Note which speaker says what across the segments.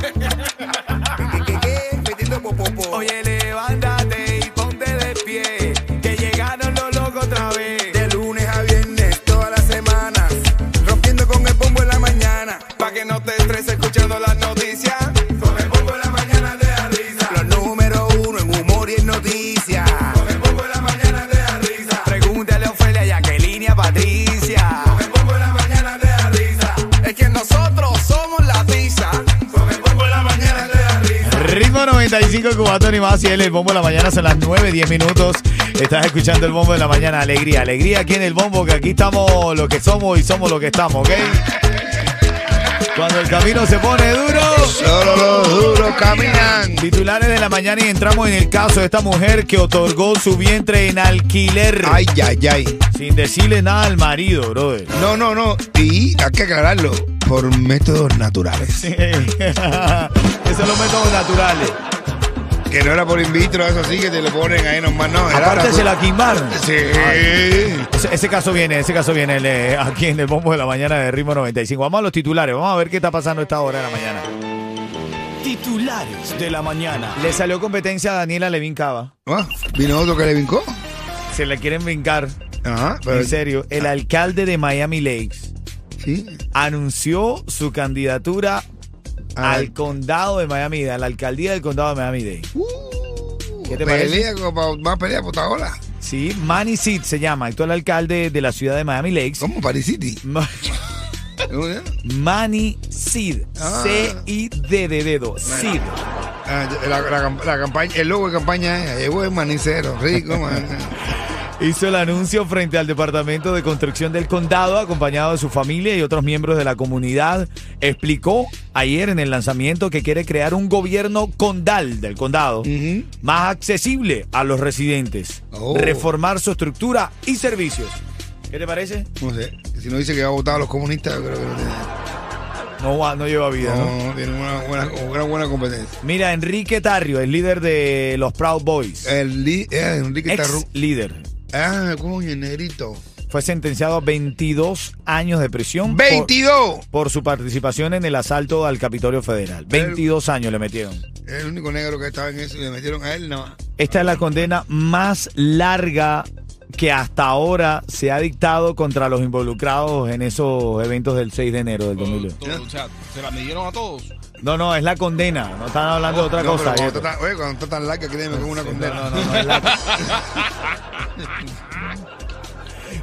Speaker 1: ¿Qué, qué, qué? Metiendo popopó.
Speaker 2: Oye, levántate y ponte de pie. Que llegaron los locos otra vez.
Speaker 1: De lunes a viernes, todas las semanas. Rompiendo con el bombo en la mañana.
Speaker 2: Pa' que no te estreses escuchando las noticias. Con el bombo en la mañana te da risa.
Speaker 1: Los número uno en humor y en noticias.
Speaker 2: Con el bombo en la mañana te da risa. Pregúntale a Ofelia, y a Jacqueline y a Patricia. Con el bombo en la mañana te da risa.
Speaker 1: Es que nosotros somos la tiza.
Speaker 2: Con el bombo en la mañana te da risa.
Speaker 3: Ritmo 95 Cubatón y más y él, el bombo de la mañana son las 9, 10 minutos. Estás escuchando el bombo de la mañana, alegría, alegría aquí en el bombo, que aquí estamos lo que somos y somos lo que estamos, ¿ok? Cuando el camino se pone duro,
Speaker 1: Solo los duros caminan.
Speaker 3: titulares de la mañana y entramos en el caso de esta mujer que otorgó su vientre en alquiler
Speaker 1: Ay, ay, ay.
Speaker 3: sin decirle nada al marido, brother.
Speaker 1: No, no, no. Y hay que aclararlo. Por métodos naturales.
Speaker 3: Esos son los métodos naturales.
Speaker 1: Que no era por in vitro, eso sí, que te lo ponen ahí nomás. No, era
Speaker 3: Aparte
Speaker 1: natural.
Speaker 3: se la quimbaron.
Speaker 1: Sí.
Speaker 3: Ese, ese caso viene, ese caso viene el, eh, aquí en el bombo de la mañana de Ritmo 95. Vamos a los titulares, vamos a ver qué está pasando a esta hora de la mañana. Titulares de la mañana. Le salió competencia a Daniela Levin Cava.
Speaker 1: Ah, ¿Vino otro que le vincó?
Speaker 3: Se la quieren vincar.
Speaker 1: Ajá, pero.
Speaker 2: Pues,
Speaker 3: En serio, el alcalde de Miami Lakes
Speaker 1: Sí.
Speaker 3: anunció su candidatura
Speaker 1: Ah.
Speaker 3: al condado de Miami, a la alcaldía del condado de Miami Dade. ¿Qué te parece?
Speaker 1: "Uh, pelea, como pa- más pelea por Taola.
Speaker 3: Sí, Manny Sid se llama, actual alcalde de la ciudad de Miami Lakes.
Speaker 1: ¿Cómo? Paris City.
Speaker 3: Ma- Manny Sid,
Speaker 1: Ah.
Speaker 3: C-I-D de dedo, Sid.
Speaker 1: Ah, la, la camp- la campaña, el logo de campaña es, llegó el manicero, rico, man.
Speaker 3: Hizo el anuncio frente al Departamento de Construcción del Condado, acompañado de su familia y otros miembros de la comunidad. Explicó ayer en el lanzamiento que quiere crear un gobierno condal del condado,
Speaker 1: Ujú.
Speaker 3: más accesible a los residentes,
Speaker 1: Oh.
Speaker 3: reformar su estructura y servicios. ¿Qué te parece?
Speaker 1: No sé, si no dice que va a votar a los comunistas, yo creo que no tiene,
Speaker 3: No, va- no lleva vida, ¿no?
Speaker 1: no, no tiene una, buena, una buena competencia.
Speaker 3: Mira, Enrique Tarrio, el líder de los Proud Boys,
Speaker 1: El li- eh, Enrique Tarru.
Speaker 3: ex líder,
Speaker 1: Ah, coño, el negrito.
Speaker 3: fue sentenciado a 22 años de prisión. por-
Speaker 1: ¡22!
Speaker 3: por su participación en el asalto al Capitolio Federal. 22 años le metieron.
Speaker 1: El único negro que estaba en eso y le metieron a él nada más.
Speaker 3: Esta es la condena más larga que hasta ahora se ha dictado contra los involucrados en esos eventos del 6 de enero del 2001.
Speaker 4: Todo, o sea, se la midieron a todos.
Speaker 3: No, no, es la condena. No están hablando de otra
Speaker 1: Oh. No,
Speaker 3: cosa.
Speaker 1: pero cuando
Speaker 3: Diego.
Speaker 1: está tan- oye, cuando está tan larga, créeme que es una
Speaker 3: Sí,
Speaker 1: condena.
Speaker 3: no, no, no, es la-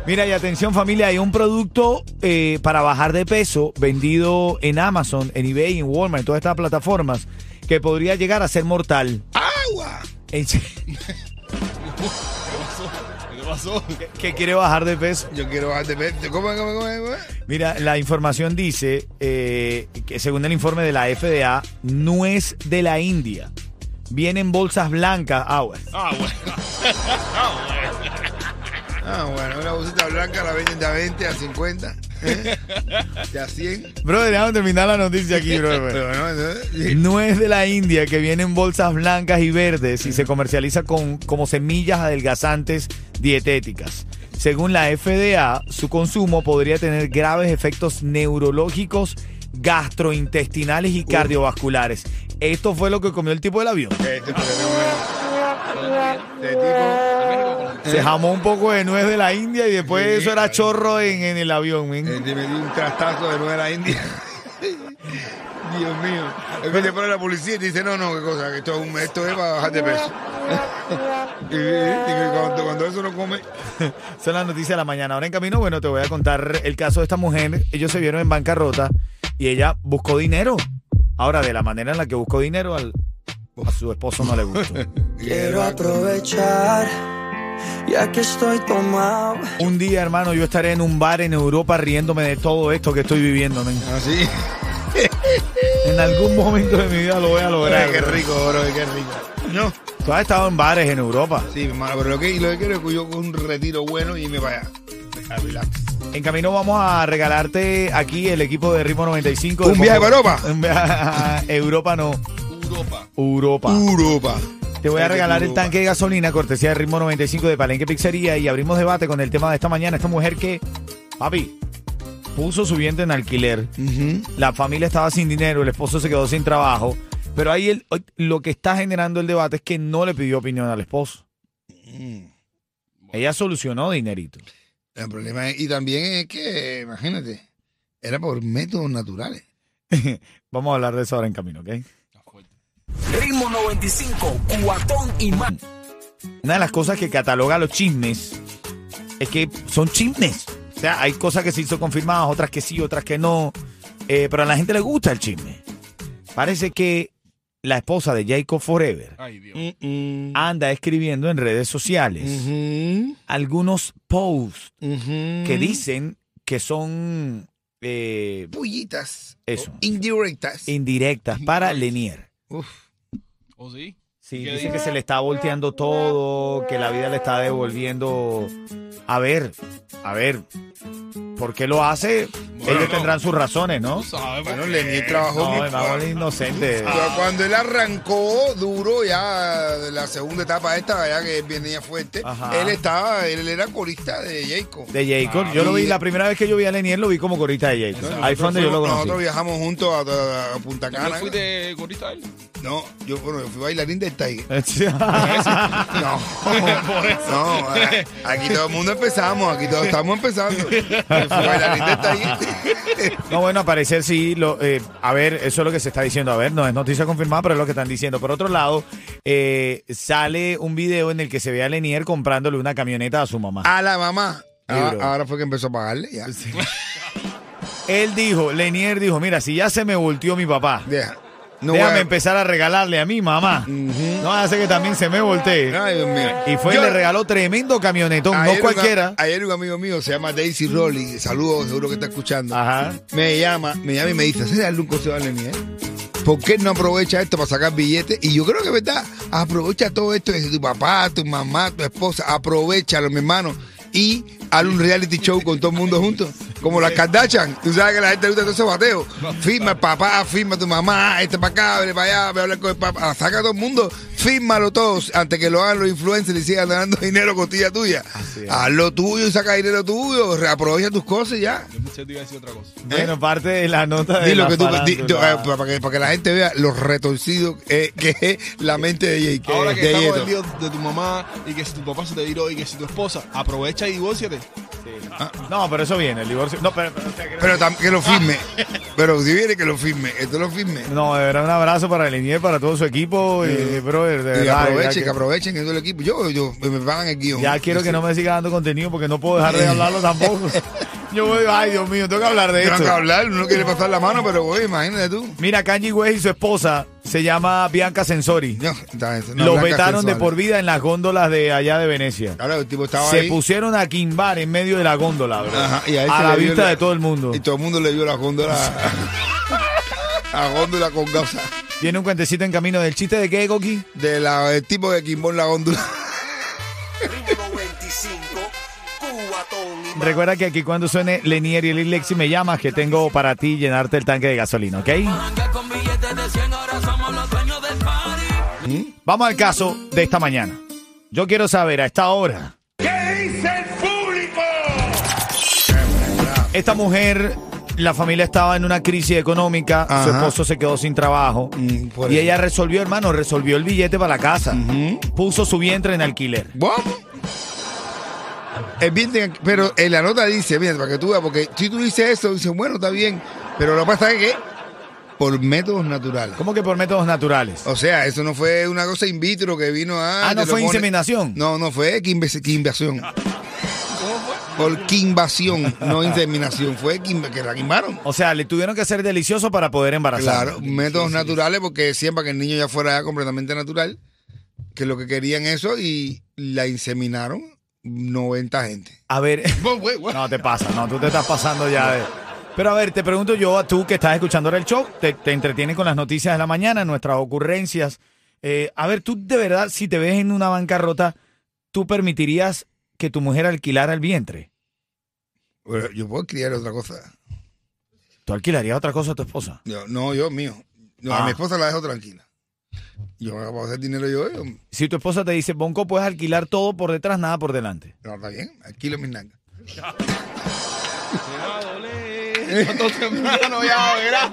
Speaker 3: Mira, y atención familia, hay un producto eh, para bajar de peso vendido en Amazon, en eBay, en Walmart, en todas estas plataformas, que podría llegar a ser mortal.
Speaker 1: ¡Agua!
Speaker 3: En se-
Speaker 4: ¿Qué pasó?
Speaker 3: que quiere bajar de peso.
Speaker 1: Yo quiero bajar de peso. ¿Cómo, cómo, cómo, cómo?
Speaker 3: Mira, la información dice eh, que según el informe de la FDA, nuez de la India viene en bolsas blancas. Ah, bueno.
Speaker 4: Ah, bueno.
Speaker 1: Ah, bueno, una bolsita blanca la venden de a 20 a 50. ¿eh? De a 100.
Speaker 3: Bro, déjame terminar la noticia aquí, bro.
Speaker 1: Pero no, no, sí.
Speaker 3: Nuez de la India que viene en bolsas blancas y verdes y se comercializa con, como semillas adelgazantes dietéticas. Según la FDA, su consumo podría tener graves efectos neurológicos, gastrointestinales y cardiovasculares. Esto fue lo que comió el tipo del avión.
Speaker 1: Este, pero no, este tipo,
Speaker 3: Se jamó un poco de nuez de la India y después
Speaker 1: Sí,
Speaker 3: eso era
Speaker 1: claro.
Speaker 3: chorro en, en el avión. men.
Speaker 1: este me dio un trastazo de nueva la India. Dios mío. Es que te pone la policía y te dice, no, no, qué cosa, que esto, es un- esto es para bajar de peso. y, y cuando, cuando eso no come,
Speaker 3: Son las noticias de la mañana. Ahora en camino, bueno, te voy a contar el caso de esta mujer. Ellos se vieron en bancarrota y ella buscó dinero. Ahora, de la manera en la que buscó dinero, al- a su esposo no le gustó.
Speaker 1: Ah,
Speaker 5: Quiero aprovechar, ya que estoy tomado.
Speaker 3: un día, hermano, yo estaré en un bar en Europa riéndome de todo esto que estoy viviendo. men.
Speaker 1: así.
Speaker 3: En algún momento de mi vida lo voy a lograr.
Speaker 1: qué
Speaker 3: bro.
Speaker 1: rico, bro, qué rico. No.
Speaker 3: Tú has estado en bares en Europa.
Speaker 1: Sí, mi hermano, pero lo que, lo que quiero es que yo haga un retiro bueno y me vaya a relax.
Speaker 3: En camino vamos a regalarte aquí el equipo de Ritmo 95.
Speaker 1: ¿Un
Speaker 3: de
Speaker 1: viaje
Speaker 3: Poco-
Speaker 1: para Europa?
Speaker 3: Un viaje a Europa no,
Speaker 4: Europa.
Speaker 3: Europa.
Speaker 1: Europa.
Speaker 3: Te voy a
Speaker 1: Tanque
Speaker 3: regalar el
Speaker 1: Europa.
Speaker 3: tanque de gasolina, cortesía de Ritmo 95 de Palenque Pizzería y abrimos debate con el tema de esta mañana. Esta mujer que, papi, puso su vientre en alquiler.
Speaker 1: Ujú.
Speaker 3: La familia estaba sin dinero, el esposo se quedó sin trabajo. Pero ahí el- lo que está generando el debate es que no le pidió opinión al esposo. Ella solucionó dinerito.
Speaker 1: El problema es, y también es que, imagínate, era por métodos naturales.
Speaker 3: Vamos a hablar de eso ahora en camino, ¿ok?
Speaker 4: Está fuerte.
Speaker 2: Ritmo 95, cuatón y más.
Speaker 3: Una de las cosas que cataloga los chismes es que son chismes. O sea, hay cosas que sí son confirmadas, otras que sí, otras que no. Eh, pero a la gente le gusta el chisme. Parece que la esposa de Jacob Forever
Speaker 4: Ay, Dios.
Speaker 3: Mm, anda escribiendo en redes sociales algunos posts que dicen que son eh,
Speaker 1: Pullitas.
Speaker 3: Eso.
Speaker 1: o Indirectas.
Speaker 3: indirectas para Lenier.
Speaker 1: Uf.
Speaker 4: ¿O sí?
Speaker 3: Sí,
Speaker 4: ¿Qué
Speaker 3: dice
Speaker 4: dice?
Speaker 3: que se le está volteando todo, que la vida le está devolviendo. A ver, a ver, ¿por qué lo hace?
Speaker 4: Bueno,
Speaker 3: Ellos tendrán sus razones, ¿no?
Speaker 4: Tú sabes,
Speaker 1: Bueno,
Speaker 4: porque-
Speaker 1: Lenier trabajó
Speaker 3: No,
Speaker 1: muy
Speaker 3: me hago el inocente.
Speaker 1: Pero cuando él arrancó duro ya de la segunda etapa esta, ya que venía fuerte,
Speaker 3: Ajá.
Speaker 1: él estaba, él era corista de Jacob.
Speaker 3: De Jacob. yo lo vi, la primera vez que yo vi a Lenier lo vi como corista de Jacob.
Speaker 4: Exacto.
Speaker 3: Ahí fue donde yo lo
Speaker 1: Nosotros
Speaker 3: conocí.
Speaker 1: viajamos juntos a, a- a Punta
Speaker 4: ¿No
Speaker 1: Cana.
Speaker 4: fuiste corista él?
Speaker 1: No, yo, bueno, yo fui bailarín del Tiger. No, no, eh, aquí todo el mundo empezamos, aquí todos estamos empezando. Yo fui bailarín del Tiger.
Speaker 3: No, bueno, a parecer sí. Lo, eh, a ver, eso es lo que se está diciendo. A ver, no es noticia confirmada, pero es lo que están diciendo. Por otro lado, eh, sale un video en el que se ve a Lenier comprándole una camioneta a su mamá.
Speaker 1: A la mamá. Ah,
Speaker 3: Libro.
Speaker 1: ahora fue que empezó a pagarle ya.
Speaker 3: Él dijo, Lenier dijo, mira, si ya se me volteó mi papá,
Speaker 1: Deja. No voy
Speaker 3: déjame
Speaker 1: a-
Speaker 3: empezar a regalarle a mi mamá. No hace que también se me voltee.
Speaker 1: Ay, Dios mío.
Speaker 3: Y fue, y
Speaker 1: Ah, Yo-
Speaker 3: le regaló tremendo camionetón, no
Speaker 1: un-
Speaker 3: cualquiera.
Speaker 1: ayer un amigo mío se llama Daisy Rolly, saludos, seguro que está escuchando.
Speaker 3: Ajá.
Speaker 1: Me llama, me llama y me dice, ¿se darle un consejo a Lenier? ¿Por qué no aprovecha esto para sacar billetes? Y yo creo que es verdad, aprovecha todo esto desde tu papá, tu mamá, tu esposa, aprovechalo, mi hermano, y haz un reality show con todo el mundo juntos, como las Kardashian. Tú sabes que la gente le gusta todo ese bateo. Firma el papá, firma tu mamá, este para acá, vele para allá, ve a hablar con el papá. Ah, Saca a todo el mundo, fírmalo todos, antes que lo hagan los influencers y sigan ganando dinero costilla tuya.
Speaker 3: es.
Speaker 1: Haz lo tuyo y saca dinero tuyo, reaprovecha tus cosas y ya.
Speaker 4: Yo pensé que te iba a decir otra cosa.
Speaker 3: Bueno, parte de la nota de
Speaker 1: Dilo
Speaker 3: la
Speaker 1: que tú, ¿Eh? di- tú,
Speaker 3: farándula.
Speaker 1: eh, para, que, para que la gente vea lo retorcido eh, que es la mente de Jake.
Speaker 4: Ahora que
Speaker 1: de
Speaker 4: estamos
Speaker 1: Yeto.
Speaker 4: el lío de tu mamá y que si tu papá se te viró y que si tu esposa, aprovecha y divórciate.
Speaker 3: No, pero eso viene, el divorcio. No, pero, pero- o sea, que-
Speaker 1: Pero tam-
Speaker 4: Ah.
Speaker 1: que lo firme. Pero si viene que lo firme, esto lo firme.
Speaker 3: no, de verdad, un abrazo para Lenier, para todo su equipo. Y, brother, de
Speaker 1: Y
Speaker 3: verdad, ya
Speaker 1: aprovechen,
Speaker 3: que-
Speaker 1: que aprovechen que todo el equipo. Yo, yo me pagan el guión.
Speaker 3: Ya quiero que no me siga dando contenido porque no puedo dejar de hablarlo tampoco. Yo voy, ay Dios mío, tengo que hablar de
Speaker 1: Tengo
Speaker 3: esto.
Speaker 1: que hablar, uno quiere pasar la mano, pero güey, imagínate tú.
Speaker 3: Mira, Kanye West y su esposa se llama Bianca Sensori.
Speaker 1: No, está bien, no,
Speaker 3: Los
Speaker 1: blancas
Speaker 3: vetaron de
Speaker 1: sensuales.
Speaker 3: por vida en las góndolas de allá de Venecia.
Speaker 1: Ahora el tipo estaba
Speaker 3: Se
Speaker 1: ahí
Speaker 3: pusieron a quimbar en medio de la góndola, bro.
Speaker 1: Ajá, y ahí
Speaker 3: a
Speaker 1: se
Speaker 3: la
Speaker 1: le vio
Speaker 3: vista
Speaker 1: la-
Speaker 3: de todo el mundo.
Speaker 1: y todo el mundo le dio la góndola. la góndola con gasa.
Speaker 3: Tiene un cuentecito en camino del chiste de qué, Goki.
Speaker 1: De la, el tipo de Kimbón la góndola.
Speaker 2: Ritmo 95, cuatón y más.
Speaker 3: Recuerda que aquí cuando suene Lenier y el Lexi me llamas que tengo para ti llenarte el tanque de gasolina, ¿ok? ¿Mm? Vamos al caso de esta mañana. Yo quiero saber a esta hora. Esta mujer, la familia estaba en una crisis económica, su
Speaker 1: Ajá.
Speaker 3: esposo se quedó sin trabajo
Speaker 1: Mm, por
Speaker 3: y
Speaker 1: eso.
Speaker 3: ella resolvió, hermano, resolvió el billete para la casa. Puso su vientre en alquiler.
Speaker 1: Vamos. Es bien, de- pero en la nota dice, mira, para que tú veas, porque si tú dices eso, dices, bueno, está bien, pero lo que pasa es que por métodos naturales.
Speaker 3: ¿Cómo que por métodos naturales?
Speaker 1: O sea, eso no fue una cosa in vitro que vino a...
Speaker 3: Ah, ¿no
Speaker 1: te lo
Speaker 3: fue
Speaker 1: pone-
Speaker 3: inseminación?
Speaker 1: No, no fue quimbe- quimbación. Por quimbación, no inseminación, fue quimbe- que la quimbaron.
Speaker 3: O sea, le tuvieron que hacer delicioso para poder embarazar.
Speaker 1: Claro, métodos naturales porque decían para que el niño ya fuera ya completamente natural, que lo que querían eso y la inseminaron 90 gente.
Speaker 3: A ver,
Speaker 4: Bueno, güey, güey.
Speaker 3: no te pasa, no, tú te estás pasando ya. de- Pero a ver, te pregunto yo a tú que estás escuchando ahora el show, te, te entretienen con las noticias de la mañana, nuestras ocurrencias, Eh, a ver, tú de verdad, si te ves en una bancarrota, ¿tú permitirías que tu mujer alquilara el vientre?
Speaker 1: Bueno, yo puedo criar otra cosa.
Speaker 3: ¿Tú alquilarías otra cosa a tu esposa?
Speaker 1: Yo- no, yo mío. No,
Speaker 3: Ah.
Speaker 1: A mi esposa la dejo tranquila. Yo voy a hacer dinero yo. yo-
Speaker 3: Si tu esposa te dice, Bonco, puedes alquilar todo por detrás, nada por delante.
Speaker 1: No, está bien. Alquilo mis nalgas.
Speaker 4: Cuánto temprano ya, verás.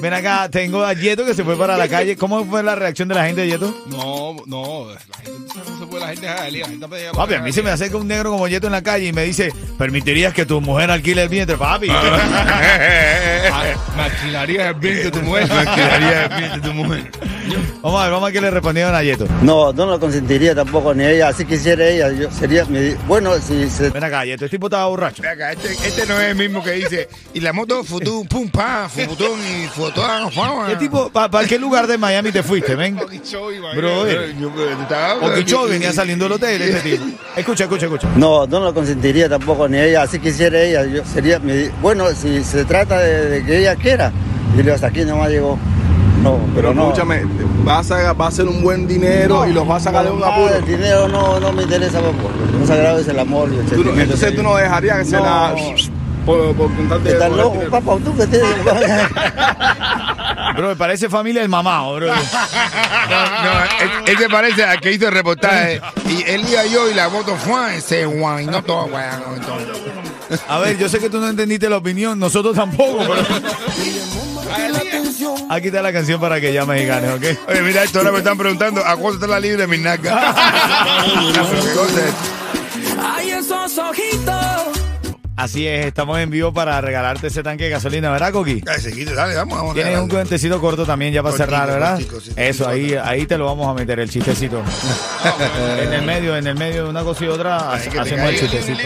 Speaker 3: Ven acá, tengo a Yeto que se fue para la calle. ¿Cómo fue la reacción de la gente de Yeto?
Speaker 4: No, no, la gente tú sabes cómo se puede, la gente es jalea, la gente está
Speaker 3: Papi, a mí se me acerca un negro como Yeto en la calle y me dice, ¿permitirías que tu mujer alquile el vientre, papi?
Speaker 4: Ah, Me alquilaría el bien de tu mujer.
Speaker 1: Alquilaría el vientre de tu mujer.
Speaker 3: Vamos a ver, vamos a ver qué le respondieron a Yeto.
Speaker 6: No, no lo consentiría tampoco ni ella. Así quisiera ella. Yo sería mi- bueno si se
Speaker 3: Ven acá, Yeto, el tipo estaba borracho.
Speaker 1: Ve acá, este, este no es el mismo que dice. Y la moto, futón, pum, pa, futón y futón, fama.
Speaker 3: ¿Qué tipo, pa- ¿Para qué lugar de Miami te fuiste, ven? Bro, eh. Porque yo venía saliendo del hotel, este tipo. Escucha, escucha, escucha.
Speaker 6: no, no lo consentiría tampoco ni ella. Así quisiera ella. Yo sería mi- bueno si se trata de, de que ella quiera. Dile hasta aquí nomás llegó. No, pero,
Speaker 7: Pero
Speaker 6: no.
Speaker 7: escúchame, vas a, va a ser un buen dinero y los vas a sacar de un
Speaker 6: Nada
Speaker 7: apuro.
Speaker 6: del dinero no, no me interesa, papá. Lo sagrado es el amor y el
Speaker 7: Tú no-
Speaker 6: sentimiento
Speaker 7: entonces
Speaker 6: que-
Speaker 7: tú no dejarías que se
Speaker 6: No.
Speaker 7: la... Por, por contarte...
Speaker 6: Estás
Speaker 7: por el
Speaker 6: loco,
Speaker 7: dinero.
Speaker 6: papá. Tú que te
Speaker 3: Bro, me parece familia del mamado, bro.
Speaker 1: No, e- ese parece al que hizo el reportaje. Y él iba yo y la moto fue, se guainó todo, guayano, entonces.
Speaker 3: A ver, yo sé que tú no entendiste la opinión, nosotros tampoco, pero aquí está la canción para que llames y ganes, ¿ok?
Speaker 1: Oye, mira, esto ahora me están preguntando a cuánto está la libre de mis nalgas. No, pero qué cosa es.
Speaker 5: Ay, esos ojitos.
Speaker 3: Así es, estamos en vivo para regalarte ese tanque de gasolina, ¿verdad, Coqui?
Speaker 1: Dale, seguite, dale, vamos, vamos.
Speaker 3: Tienes un
Speaker 1: dale.
Speaker 3: cuentecito corto también ya para
Speaker 1: Cortico,
Speaker 3: cerrar, ¿verdad?
Speaker 1: cortico, sí,
Speaker 3: Eso,
Speaker 1: cortico,
Speaker 3: ahí,
Speaker 1: cortico.
Speaker 3: ahí te lo vamos a meter, el chistecito. en el medio, en el medio de una cosa y otra,
Speaker 1: Ahí que te
Speaker 3: hacemos el
Speaker 1: caiga.
Speaker 3: chistecito.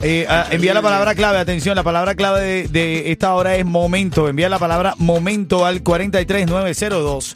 Speaker 3: Eh, ah, envía la palabra clave, atención, la palabra clave de, de esta hora es momento. Envía la palabra momento al 43902.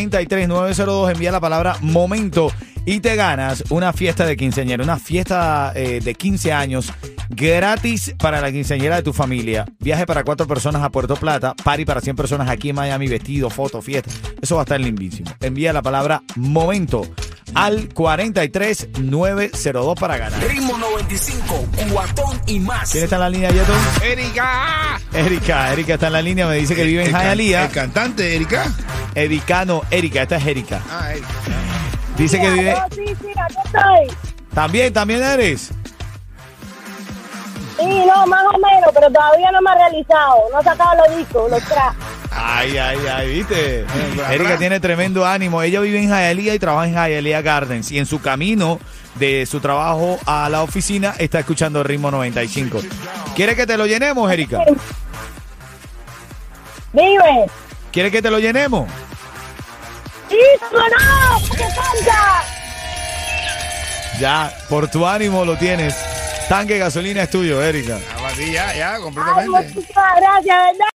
Speaker 3: 43902, envía la palabra momento y te ganas una fiesta de quinceañera, una fiesta eh, de 15 años gratis para la quinceañera de tu familia. Viaje para cuatro personas a Puerto Plata, party para 100 personas aquí en Miami, vestido, foto, fiesta. Eso va a estar lindísimo. Envía la palabra momento al 43902 para ganar.
Speaker 2: Ritmo 95, cuatón y más.
Speaker 3: ¿Quién está en la línea, Yeto?
Speaker 4: ¡Erika!
Speaker 3: Erika, Erika está en la línea, me dice que vive en
Speaker 1: El can-
Speaker 3: Hialeah.
Speaker 1: El cantante, Erika.
Speaker 3: Ericano, Erika, esta es Erika.
Speaker 1: Ah, Erika.
Speaker 3: Dice que vive...
Speaker 8: Aló, Sí, sí, aquí estoy.
Speaker 3: También, también eres.
Speaker 8: Sí, no, más o menos, pero todavía no me ha realizado. No he sacado los discos, los tracks.
Speaker 3: Ay, ay, ay, viste.
Speaker 1: bla,
Speaker 3: Erika
Speaker 1: bla.
Speaker 3: tiene tremendo ánimo. Ella vive en Hialeah y trabaja en Hialeah Gardens. Y en su camino de su trabajo a la oficina está escuchando Ritmo 95. ¿Quieres que te lo llenemos, Erika?
Speaker 8: Dime.
Speaker 3: ¿Quieres que te lo llenemos?
Speaker 8: Sí, cómo no, porque canta.
Speaker 3: Ya, por tu ánimo lo tienes. Tanque de gasolina es tuyo, Erika.
Speaker 1: Ah, va, sí, ya, ya,
Speaker 8: Ay,
Speaker 1: completamente.
Speaker 8: muchísimas gracias, ¿verdad?